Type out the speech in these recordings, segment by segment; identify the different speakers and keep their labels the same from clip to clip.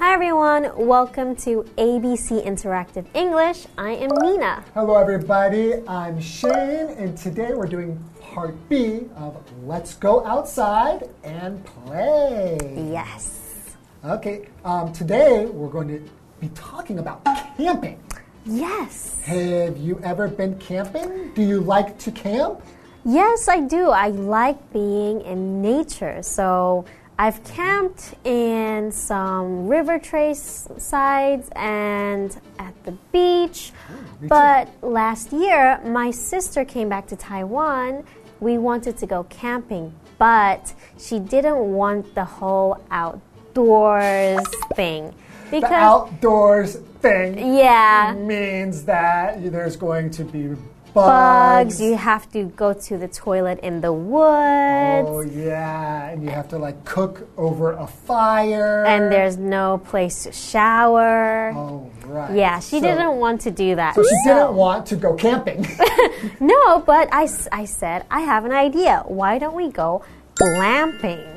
Speaker 1: everyone, welcome to ABC Interactive English. I am Nina.
Speaker 2: Hello, everybody. I'm Shane, and today we're doing part B of Let's Go Outside and Play.
Speaker 1: Yes.
Speaker 2: Okay, um, today we're going to be talking about camping.
Speaker 1: Yes.
Speaker 2: Have you ever been camping? Do you like to camp?
Speaker 1: Yes, I do. I like being in nature. So I've camped in some river trace sides and at the beach.
Speaker 2: Ah, me too.
Speaker 1: But last year, my sister came back to Taiwan. We wanted to go camping, but she didn't want the whole outdoors thing.
Speaker 2: The
Speaker 1: Because
Speaker 2: outdoors thing
Speaker 1: Yeah.
Speaker 2: means that there's going to be bugs.
Speaker 1: Bugs, you have to go to the toilet in the woods.
Speaker 2: Oh, yeah, and you have to like cook over a fire.
Speaker 1: And there's no place to shower.
Speaker 2: Oh, right.
Speaker 1: Yeah, she
Speaker 2: So-
Speaker 1: didn't want to do that.
Speaker 2: So she didn't want to go camping.
Speaker 1: No, but I, s- I said, I have an idea. Why don't we go glamping?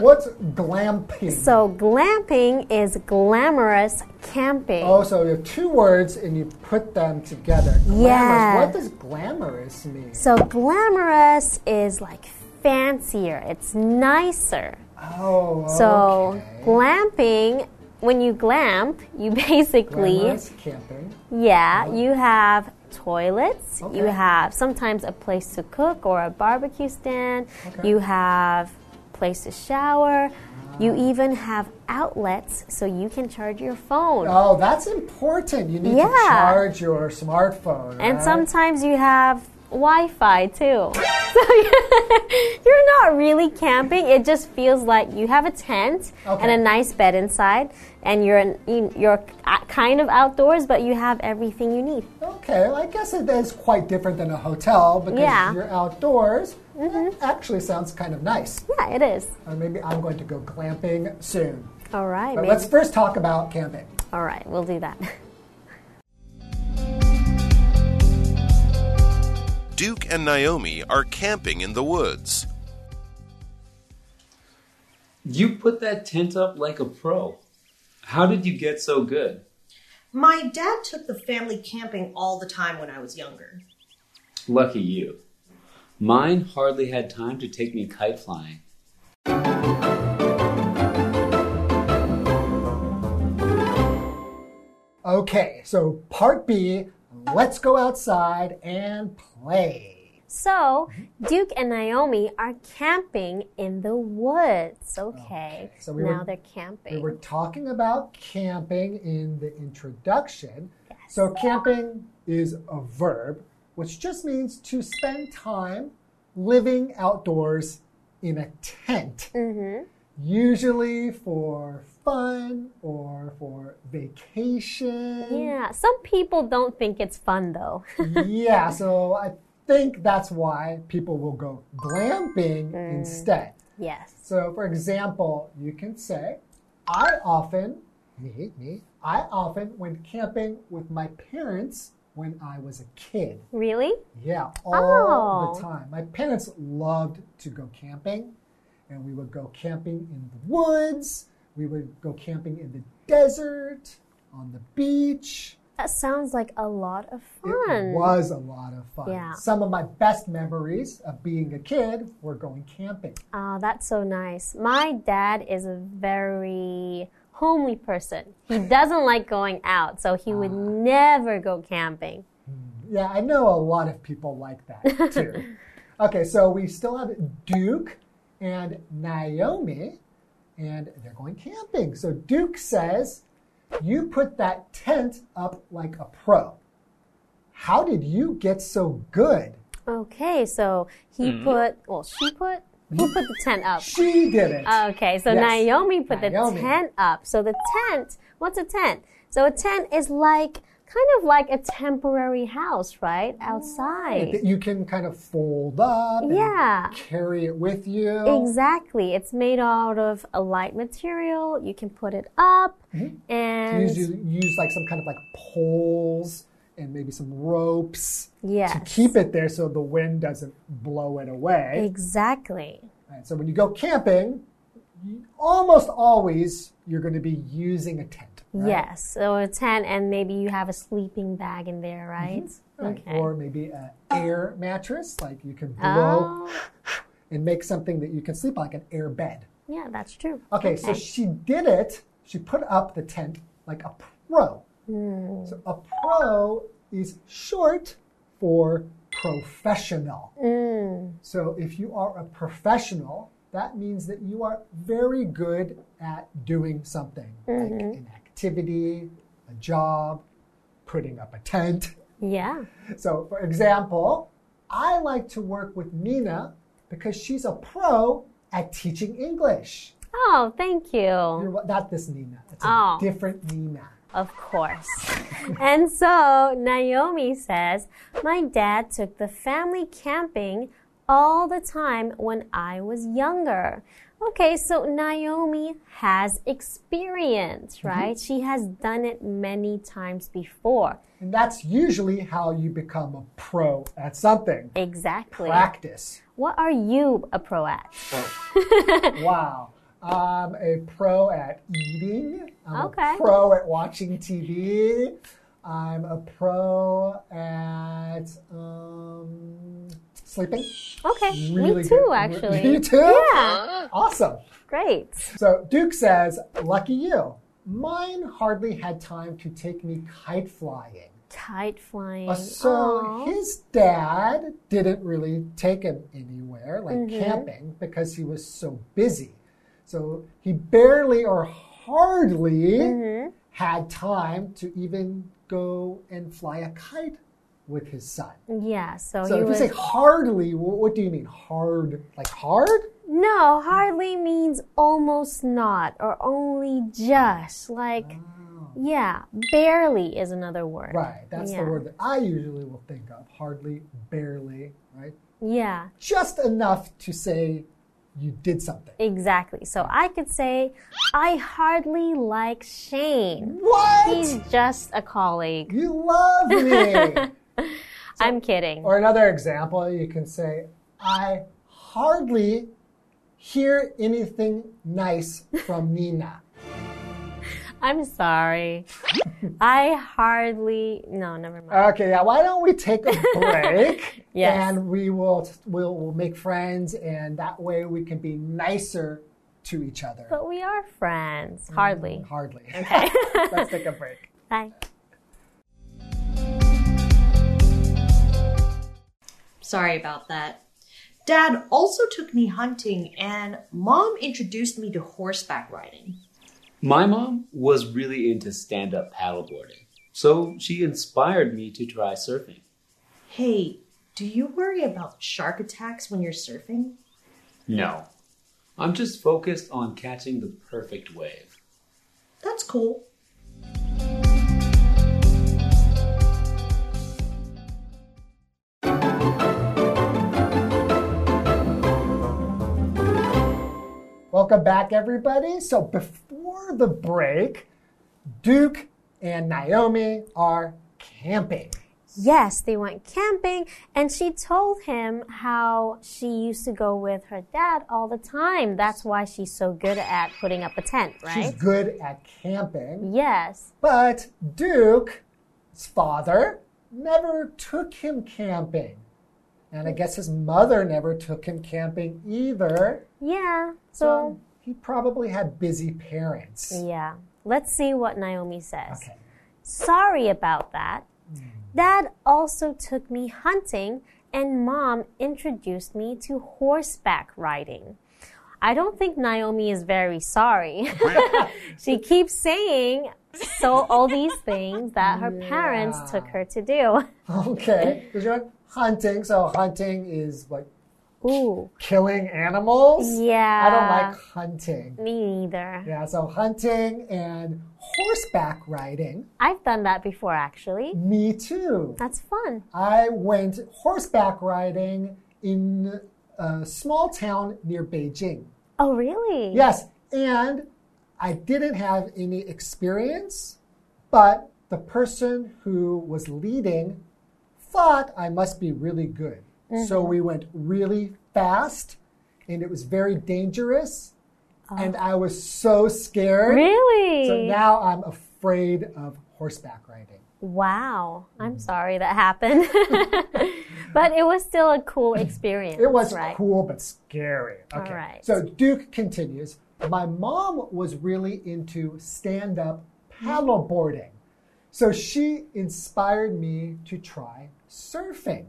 Speaker 2: What's glamping?
Speaker 1: So, glamping is glamorous camping.
Speaker 2: oh, so you have two words and you put them together. Glamorous.
Speaker 1: Yeah.
Speaker 2: What does glamorous mean?
Speaker 1: So, glamorous is like fancier, it's nicer.
Speaker 2: Oh,
Speaker 1: So,
Speaker 2: okay.
Speaker 1: glamping, when you glamp, you basically.
Speaker 2: glamorous camping.
Speaker 1: Yeah, you have toilets, you
Speaker 2: Okay.
Speaker 1: have sometimes a place to cook or a barbecue stand,
Speaker 2: Okay.
Speaker 1: you have place to shower, you even have outlets so you can charge your phone.
Speaker 2: Oh, that's important. You need to
Speaker 1: Yeah.
Speaker 2: charge your smartphone.
Speaker 1: and
Speaker 2: right?
Speaker 1: sometimes you have Wi-Fi too. So you're not really camping. It just feels like you have a tent and
Speaker 2: Okay.
Speaker 1: a nice bed inside and you're in, you- you're uh, kind of outdoors but you have everything you need.
Speaker 2: Okay, well, I guess it is quite different than a hotel because
Speaker 1: Yeah. Mm-hmm.
Speaker 2: you're outdoors. That actually sounds kind of nice.
Speaker 1: Yeah, it is.
Speaker 2: Or maybe I'm going to go glamping soon.
Speaker 1: All right.
Speaker 2: But
Speaker 1: maybe-
Speaker 2: let's first talk about camping.
Speaker 1: All right, we'll do that.
Speaker 3: Duke and Naomi are camping in the woods.
Speaker 4: You put that tent up like a pro. How did you get so good?
Speaker 5: My dad took the family camping all the time when I was younger.
Speaker 4: Lucky you. Mine hardly had time to take me kite flying.
Speaker 2: Okay, so part B, let's go outside and play.
Speaker 1: So, Duke and Naomi are camping in the woods. Okay.
Speaker 2: Oh, so we
Speaker 1: now
Speaker 2: were-
Speaker 1: they're
Speaker 2: We
Speaker 1: camping.
Speaker 2: were talking about camping in the introduction. So, camping is a verb, which just means to spend time living outdoors in a tent, usually for fun or for vacation.
Speaker 1: yeah, some people don't think it's fun though.
Speaker 2: yeah, so I think that's why people will go glamping instead.
Speaker 1: yes.
Speaker 2: So, for example, you can say, I often, me, me, I often went camping with my parents when I was a kid.
Speaker 1: Really?
Speaker 2: Yeah, all
Speaker 1: Oh.
Speaker 2: the time. My parents loved to go camping, and we would go camping in the woods, we would go camping in the desert, on the beach.
Speaker 1: That sounds like a lot of
Speaker 2: It
Speaker 1: fun.
Speaker 2: was a lot of fun.
Speaker 1: Yeah.
Speaker 2: Some of my best memories of being a kid were going camping.
Speaker 1: Oh, that's so nice. My dad is a very homely person. He doesn't like going out, so he
Speaker 2: Ah.
Speaker 1: would never go camping.
Speaker 2: Yeah, I know a lot of people like that too. okay, so we still have Duke and Naomi, and they're going camping. So Duke says, You put that tent up like a pro. How did you get so good?
Speaker 1: Okay, so he put, well, she put, he put the tent up.
Speaker 2: Hmm. She did it.
Speaker 1: Okay, so
Speaker 2: Yes.
Speaker 1: Naomi put
Speaker 2: Naomi.
Speaker 1: the tent up. So the tent, what's a tent? So a tent is like kind of like a temporary house, right?
Speaker 2: Ah,
Speaker 1: Outside.
Speaker 2: that you can kind of fold up and
Speaker 1: Yeah.
Speaker 2: carry it with you.
Speaker 1: Exactly. It's made out of a light material. You can put it up and
Speaker 2: Usually Mm-hmm. use like some kind of like poles and maybe some ropes. to
Speaker 1: yes.
Speaker 2: keep it there so the wind doesn't blow it away.
Speaker 1: Exactly.
Speaker 2: Right, so when you go camping, almost always you're going to be using a tent. right?
Speaker 1: Yes, so a tent, and maybe you have a sleeping bag in there, right?
Speaker 2: Mm-hmm. Right.
Speaker 1: Okay.
Speaker 2: Or maybe an air mattress, like you can blow
Speaker 1: Oh,
Speaker 2: and make something that you can sleep on, like an air bed.
Speaker 1: yeah, that's true.
Speaker 2: Okay, so she did it. She put up the tent like a pro. So a pro is short for professional. So if you are a professional, that means that you are very good at doing something like an activity, a job, putting up a tent.
Speaker 1: Yeah.
Speaker 2: So, for example, I like to work with Nina because she's a pro at teaching English.
Speaker 1: Oh, thank you.
Speaker 2: You're wa- not this Nina. It's a
Speaker 1: Oh.
Speaker 2: different Nina.
Speaker 1: Of course. and so Naomi says, My dad took the family camping all the time when I was younger. Okay, so Naomi has experience,
Speaker 2: Mm-hmm.
Speaker 1: right? She has done it many times before.
Speaker 2: And that's usually how you become a pro at something.
Speaker 1: Exactly.
Speaker 2: Practice.
Speaker 1: What are you a pro at?
Speaker 2: Wow. I'm a pro at eating. I'm
Speaker 1: Okay.
Speaker 2: a pro at watching TV. I'm a pro at um, sleeping.
Speaker 1: Okay, me
Speaker 2: Really
Speaker 1: too,
Speaker 2: good.
Speaker 1: actually.
Speaker 2: You too?
Speaker 1: Yeah,
Speaker 2: Awesome.
Speaker 1: great.
Speaker 2: So Duke says, Lucky you. Mine hardly had time to take me kite flying.
Speaker 1: Kite flying.
Speaker 2: Uh, so
Speaker 1: Aw.
Speaker 2: his dad didn't really take him anywhere, like
Speaker 1: Mm-hmm.
Speaker 2: camping, because he was so busy. So he barely or hardly
Speaker 1: Mm-hmm.
Speaker 2: had time to even go and fly a kite with his son.
Speaker 1: yeah, so,
Speaker 2: So
Speaker 1: he
Speaker 2: if you
Speaker 1: was.
Speaker 2: say hardly, wh- what do you mean? Hard, like hard?
Speaker 1: No, hardly means almost not or only just. Like, yeah, barely is another word.
Speaker 2: Oh. Right, that's
Speaker 1: Yeah.
Speaker 2: the word that I usually will think of. Hardly, barely, right?
Speaker 1: Yeah,
Speaker 2: Just enough to say you did something.
Speaker 1: exactly. So I could say, I hardly like Shane.
Speaker 2: What?
Speaker 1: He's just a colleague.
Speaker 2: You love me.
Speaker 1: I'm kidding.
Speaker 2: or another example, you can say, I hardly hear anything nice from Nina.
Speaker 1: I'm sorry. I hardly. No, never mind.
Speaker 2: Okay, yeah, why don't we take a break?
Speaker 1: Yes.
Speaker 2: And we will we'll, we'll make friends, and that way we can be nicer to each other.
Speaker 1: But we are friends. Hardly.
Speaker 2: Hardly. Okay. Let's take a break.
Speaker 1: Bye.
Speaker 5: Sorry about that. Dad also took me hunting, and Mom introduced me to horseback riding.
Speaker 4: My mom was really into stand up paddleboarding, so she inspired me to try surfing.
Speaker 5: Hey, do you worry about shark attacks when you're surfing?
Speaker 4: No, I'm just focused on catching the perfect wave.
Speaker 5: That's cool.
Speaker 2: Welcome back, everybody. So before the break, Duke and Naomi are camping.
Speaker 1: Yes, they went camping, and she told him how she used to go with her dad all the time. That's why she's so good at putting up a tent,
Speaker 2: She's
Speaker 1: right?
Speaker 2: good at camping,
Speaker 1: Yes.
Speaker 2: but Duke's father never took him camping. And I guess his mother never took him camping either.
Speaker 1: Yeah. So,
Speaker 2: he probably had busy parents.
Speaker 1: yeah. Let's see what Naomi says.
Speaker 2: Okay. Hmm.
Speaker 1: Sorry about that. Dad also took me hunting, and mom introduced me to horseback riding. I don't think Naomi is very sorry. she keeps saying so all these things that her parents took her to do.
Speaker 2: Okay. Because you're like, hunting, so hunting is like
Speaker 1: Ooh,
Speaker 2: killing animals. I don't
Speaker 1: Yeah.
Speaker 2: like hunting.
Speaker 1: me neither.
Speaker 2: Yeah, so hunting and horseback riding.
Speaker 1: I've done that before actually.
Speaker 2: Me too.
Speaker 1: That's fun.
Speaker 2: I went horseback riding in a small town near Beijing.
Speaker 1: Oh, really?
Speaker 2: Yes, and I didn't have any experience, but the person who was leading thought I must be really good. So we went really fast, and it was very dangerous, and I was so scared.
Speaker 1: Really?
Speaker 2: So now I'm afraid of horseback riding.
Speaker 1: wow.
Speaker 2: Mm-hmm.
Speaker 1: I'm sorry that happened. but it was still a cool experience.
Speaker 2: It was
Speaker 1: right?
Speaker 2: cool but scary. Okay.
Speaker 1: right.
Speaker 2: So Duke continues. My mom was really into stand up
Speaker 1: Mm-hmm.
Speaker 2: paddleboarding. So she inspired me to try surfing.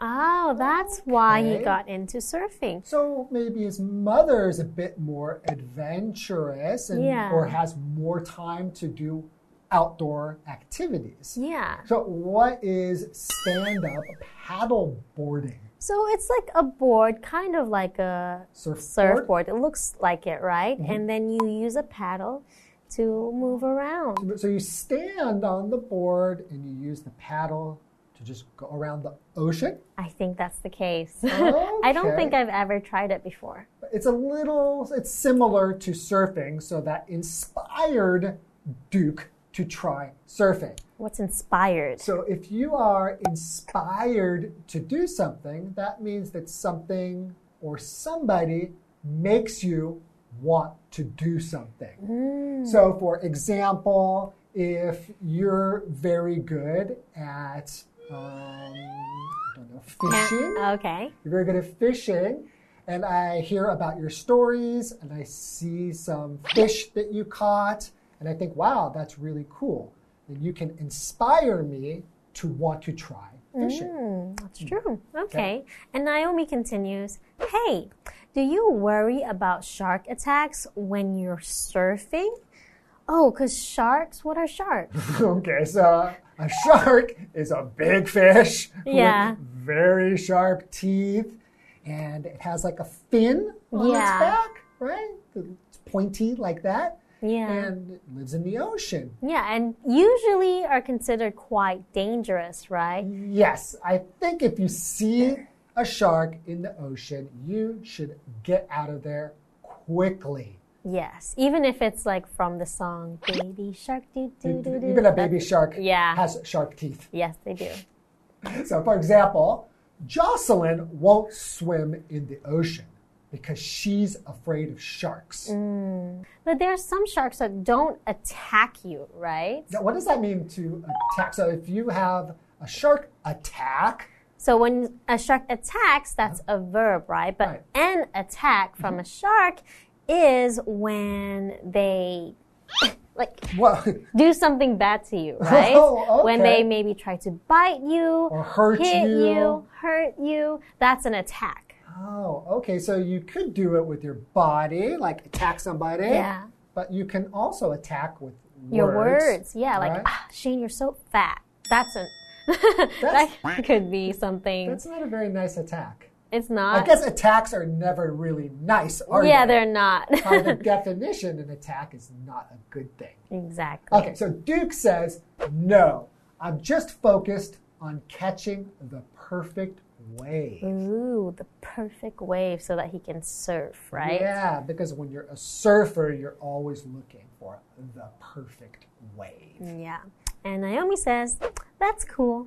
Speaker 1: Oh, that's why he
Speaker 2: Okay.
Speaker 1: got into surfing.
Speaker 2: So maybe his mother is a bit more adventurous and
Speaker 1: Yeah.
Speaker 2: or has more time to do outdoor activities.
Speaker 1: Yeah.
Speaker 2: So what is stand up paddleboarding?
Speaker 1: So it's like a board, kind of like a
Speaker 2: Surfboard?
Speaker 1: surfboard. It looks like it, right?
Speaker 2: Mm-hmm.
Speaker 1: And then you use a paddle to move around.
Speaker 2: So you stand on the board and you use the paddle to just go around the ocean.
Speaker 1: I think that's the case. I don't think
Speaker 2: Okay.
Speaker 1: I've ever tried it before.
Speaker 2: It's a little, it's similar to surfing, so that inspired Duke to try surfing.
Speaker 1: What's inspired?
Speaker 2: So if you are inspired to do something, that means that something or somebody makes you want to do something. So for example, if you're very good at um, I don't know, fishing,
Speaker 1: Okay.
Speaker 2: you're very good at fishing, and I hear about your stories and I see some fish that you caught, and I think, wow, that's really cool. And you can inspire me to want to try fishing.
Speaker 1: Hmm, that's true. Okay. And Naomi continues Hey, do you worry about shark attacks when you're surfing? Oh, because sharks? What are sharks?
Speaker 2: okay, so a shark is a big fish
Speaker 1: Yeah.
Speaker 2: with very sharp teeth, and it has like a fin on its
Speaker 1: Yeah.
Speaker 2: back, right? It's pointy like that,
Speaker 1: yeah.
Speaker 2: and it lives in the ocean.
Speaker 1: Yeah, and usually are considered quite dangerous, right?
Speaker 2: Yes, I think if you see a shark in the ocean, you should get out of there quickly.
Speaker 1: Yes, even if it's like from the song Baby Shark Doo Doo Doo Doo.
Speaker 2: Even a baby shark
Speaker 1: yeah.
Speaker 2: has sharp teeth.
Speaker 1: Yes, they do.
Speaker 2: So, for example, Jocelyn won't swim in the ocean because she's afraid of sharks.
Speaker 1: But there are some sharks that don't attack you, right?
Speaker 2: Now, what does that mean to attack? So, if you have a shark attack,
Speaker 1: So when a shark attacks, that's a verb, right? But
Speaker 2: Uh-huh. Right. Mm-hmm.
Speaker 1: an attack from a shark is when they like
Speaker 2: well,
Speaker 1: do something bad to you, right?
Speaker 2: Oh,
Speaker 1: When
Speaker 2: okay.
Speaker 1: they maybe try to bite you
Speaker 2: Or hurt
Speaker 1: hit
Speaker 2: you.
Speaker 1: hurt you. That's an attack.
Speaker 2: oh, okay. So, you could do it with your body, like attack somebody.
Speaker 1: Yeah.
Speaker 2: But you can also attack with words.
Speaker 1: Your words, yeah, like
Speaker 2: right?
Speaker 1: ah, Shane, you're so fat. That's an that could be something.
Speaker 2: That's not a very nice attack.
Speaker 1: it's
Speaker 2: I
Speaker 1: not.
Speaker 2: guess attacks are never really nice, are
Speaker 1: Uh, yeah,
Speaker 2: they?
Speaker 1: they're not
Speaker 2: By the definition, an attack is not a good thing.
Speaker 1: exactly.
Speaker 2: Okay, so Duke says, no, I'm just focused on catching the perfect
Speaker 1: Mm,
Speaker 2: wave.
Speaker 1: Ooh, the perfect wave so that he can surf, right?
Speaker 2: Yeah, because when you're a surfer, you're always looking for the perfect wave.
Speaker 1: Yeah. And Naomi says, "That's cool.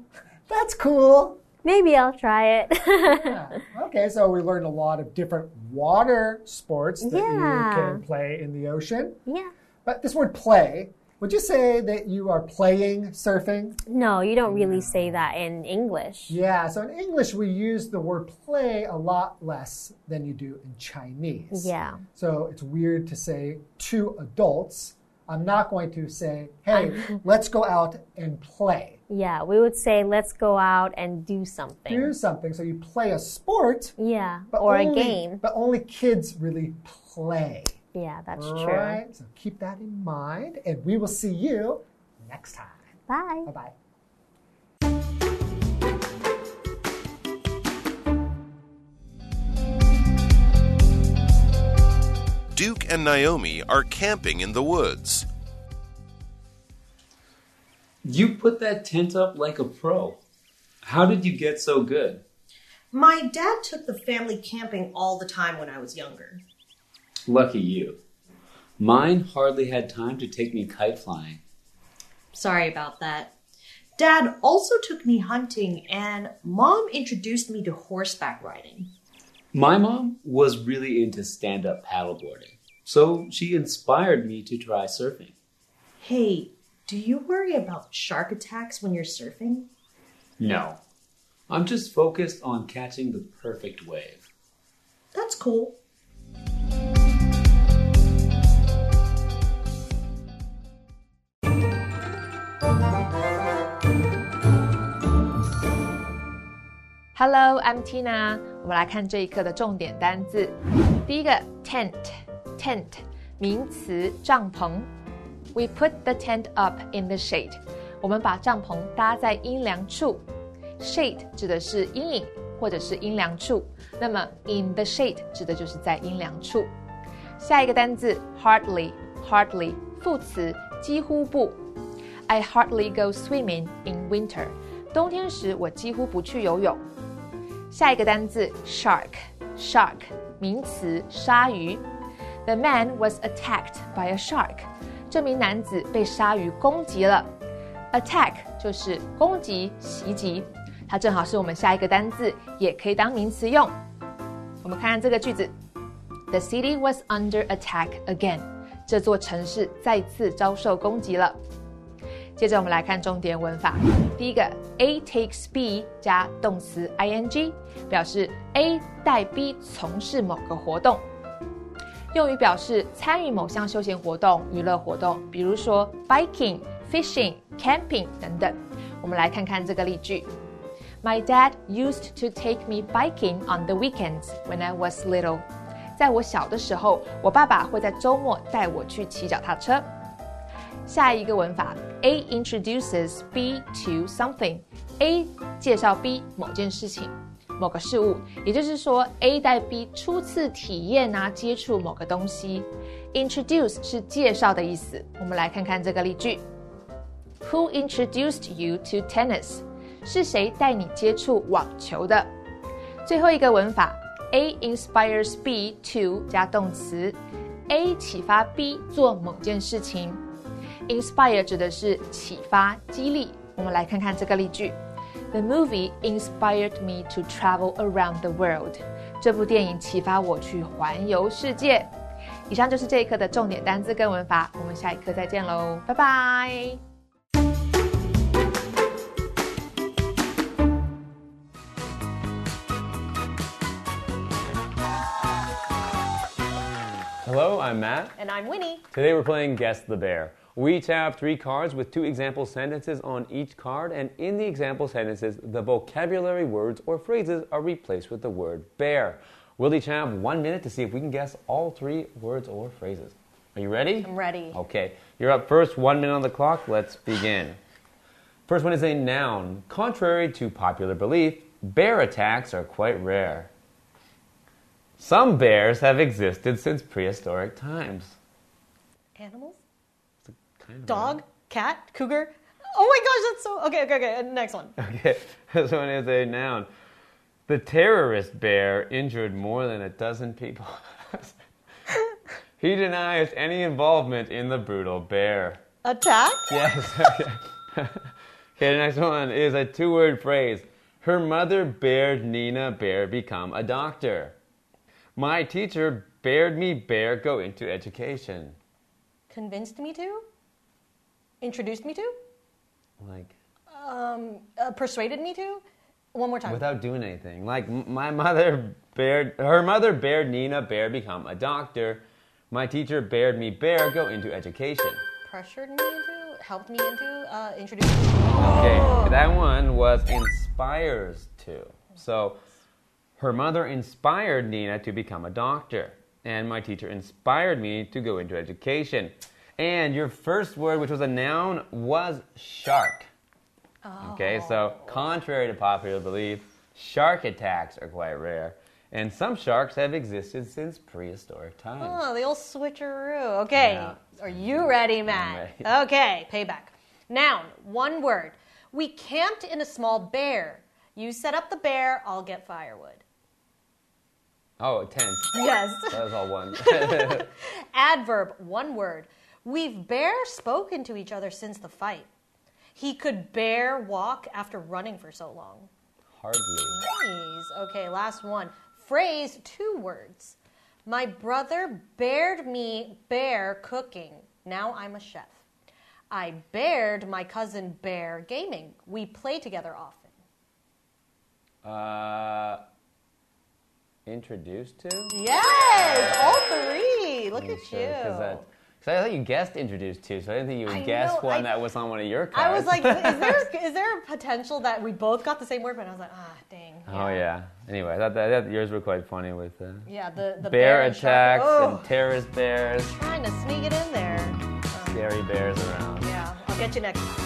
Speaker 2: That's cool.
Speaker 1: Maybe I'll try it."
Speaker 2: Yeah. Okay, so we learned a lot of different water sports that
Speaker 1: Yeah.
Speaker 2: you can play in the ocean.
Speaker 1: yeah.
Speaker 2: But this word play, would you say that you are playing surfing?
Speaker 1: No, you don't really say that in English.
Speaker 2: Yeah, so in English, we use the word play a lot less than you do in Chinese.
Speaker 1: Yeah.
Speaker 2: So it's weird to say to adults, I'm not going to say, hey, let's go out and play.
Speaker 1: Yeah, we would say let's go out and do something.
Speaker 2: Do something. So you play a sport,
Speaker 1: yeah,
Speaker 2: but
Speaker 1: or
Speaker 2: only,
Speaker 1: a game.
Speaker 2: But only kids really play.
Speaker 1: Yeah, that's true.
Speaker 2: Right? So keep that in mind, and we will see you next time.
Speaker 1: Bye.
Speaker 2: Bye bye.
Speaker 3: Duke and Naomi are camping in the woods.
Speaker 4: You put that tent up like a pro. How did you get so good?
Speaker 5: My dad took the family camping all the time when I was younger.
Speaker 4: Lucky you. Mine hardly had time to take me kite flying.
Speaker 5: Sorry about that. Dad also took me hunting, and mom introduced me to horseback riding.
Speaker 4: My mom was really into stand up paddleboarding. So she inspired me to try surfing.
Speaker 5: Hey, do you worry about shark attacks when you're surfing?
Speaker 4: No. I'm just focused on catching the perfect wave.
Speaker 5: That's cool.
Speaker 6: Hello, I'm Tina。我们来看这一课的重点单字。第一个 tent，tent 名词，帐篷。We put the tent up in the shade。我们把帐篷搭在阴凉处。Shade 指的是阴影或者是阴凉处，那么 in the shade 指的就是在阴凉处。下一个单字 hardly，hardly 副词，几乎不。I hardly go swimming in winter。冬天时我几乎不去游泳。下一个单字 shark，shark 名词，鲨鱼。The man was attacked by a shark。这名男子被鲨鱼攻击了。Attack 就是攻击、袭击，它正好是我们下一个单字，也可以当名词用。我们看看这个句子：The city was under attack again。这座城市再次遭受攻击了。接着我们来看重点文法。第一个，A takes B 加动词 ing，表示 A 带 B 从事某个活动，用于表示参与某项休闲活动、娱乐活动，比如说 biking、fishing、camping 等等。我们来看看这个例句：My dad used to take me biking on the weekends when I was little。在我小的时候，我爸爸会在周末带我去骑脚踏车。下一个文法，A introduces B to something。A 介绍 B 某件事情、某个事物，也就是说，A 带 B 初次体验啊，接触某个东西。Introduce 是介绍的意思。我们来看看这个例句：Who introduced you to tennis？是谁带你接触网球的？最后一个文法，A inspires B to 加动词，A 启发 B 做某件事情。Inspire 指的是启发、激励。我们来看看这个例句：The movie inspired me to travel around the world。这部电影启发我去环游世界。以上就是这一课的重点单字跟文法，我们下一课再见喽，拜拜。
Speaker 7: Hello, I'm Matt.
Speaker 5: And I'm Winnie.
Speaker 7: Today we're playing Guess the Bear. We each have three cards with two example sentences on each card, and in the example sentences, the vocabulary words or phrases are replaced with the word bear. We'll each have one minute to see if we can guess all three words or phrases. Are you ready?
Speaker 5: I'm ready.
Speaker 7: Okay, you're up first, one minute on the clock. Let's begin. First one is a noun. Contrary to popular belief, bear attacks are quite rare. Some bears have existed since prehistoric times.
Speaker 5: Animals?
Speaker 7: Kind of
Speaker 5: Dog? Cat? Cougar? Oh my gosh, that's so. Okay, okay, okay. Next one.
Speaker 7: Okay, this one is a noun. The terrorist bear injured more than a dozen people. he denies any involvement in the brutal bear.
Speaker 5: Attack?
Speaker 7: Yes. okay, the next one is a two word phrase. Her mother bared Nina Bear become a doctor. My teacher bared me bear go into education.
Speaker 5: Convinced me to? Introduced me to?
Speaker 7: Like,
Speaker 5: Um, uh, persuaded me to? One more time.
Speaker 7: without doing anything. Like m- my mother bared her mother bared Nina bear become a doctor. My teacher bared me bear go into education.
Speaker 5: Pressured me into? Helped me into? Uh, introduced me to?
Speaker 7: Okay, that one was inspires to. So her mother inspired Nina to become a doctor, and my teacher inspired me to go into education. And your first word, which was a noun, was shark. Okay, so contrary to popular belief, shark attacks are quite rare, and some sharks have existed since prehistoric times.
Speaker 5: Oh, the old switcheroo. Okay.
Speaker 7: Yeah.
Speaker 5: Are you ready, Matt?
Speaker 7: ready.
Speaker 5: Okay, payback. Noun, one word. We camped in a small bear. You set up the bear, I'll get firewood.
Speaker 7: Oh, tense.
Speaker 5: Yes.
Speaker 7: That was all one.
Speaker 5: Adverb, one word. We've bare spoken to each other since the fight. He could bare walk after running for so long.
Speaker 7: Hardly.
Speaker 5: Nice. Okay, last one. Phrase, two words. My brother bared me bear cooking. Now I'm a chef. I bared my cousin bear gaming. We play together often.
Speaker 7: Uh, introduced to?
Speaker 5: Yes, all three. Look at you.
Speaker 7: Because I thought you guessed introduced to, so I didn't think you would
Speaker 5: I
Speaker 7: guess
Speaker 5: know,
Speaker 7: one
Speaker 5: I-
Speaker 7: that was on one of your cards.
Speaker 5: I was like, is there is there a potential that we both got the same word? But I was like, ah, dang.
Speaker 7: oh yeah. Anyway, I thought, that, I thought yours were quite funny with uh,
Speaker 5: Yeah, the, the
Speaker 7: bear
Speaker 5: and shark-
Speaker 7: attacks
Speaker 5: Oh,
Speaker 7: and terrorist bears,
Speaker 5: trying to sneak it in there.
Speaker 7: scary bears around.
Speaker 5: Yeah, I'll get you next time.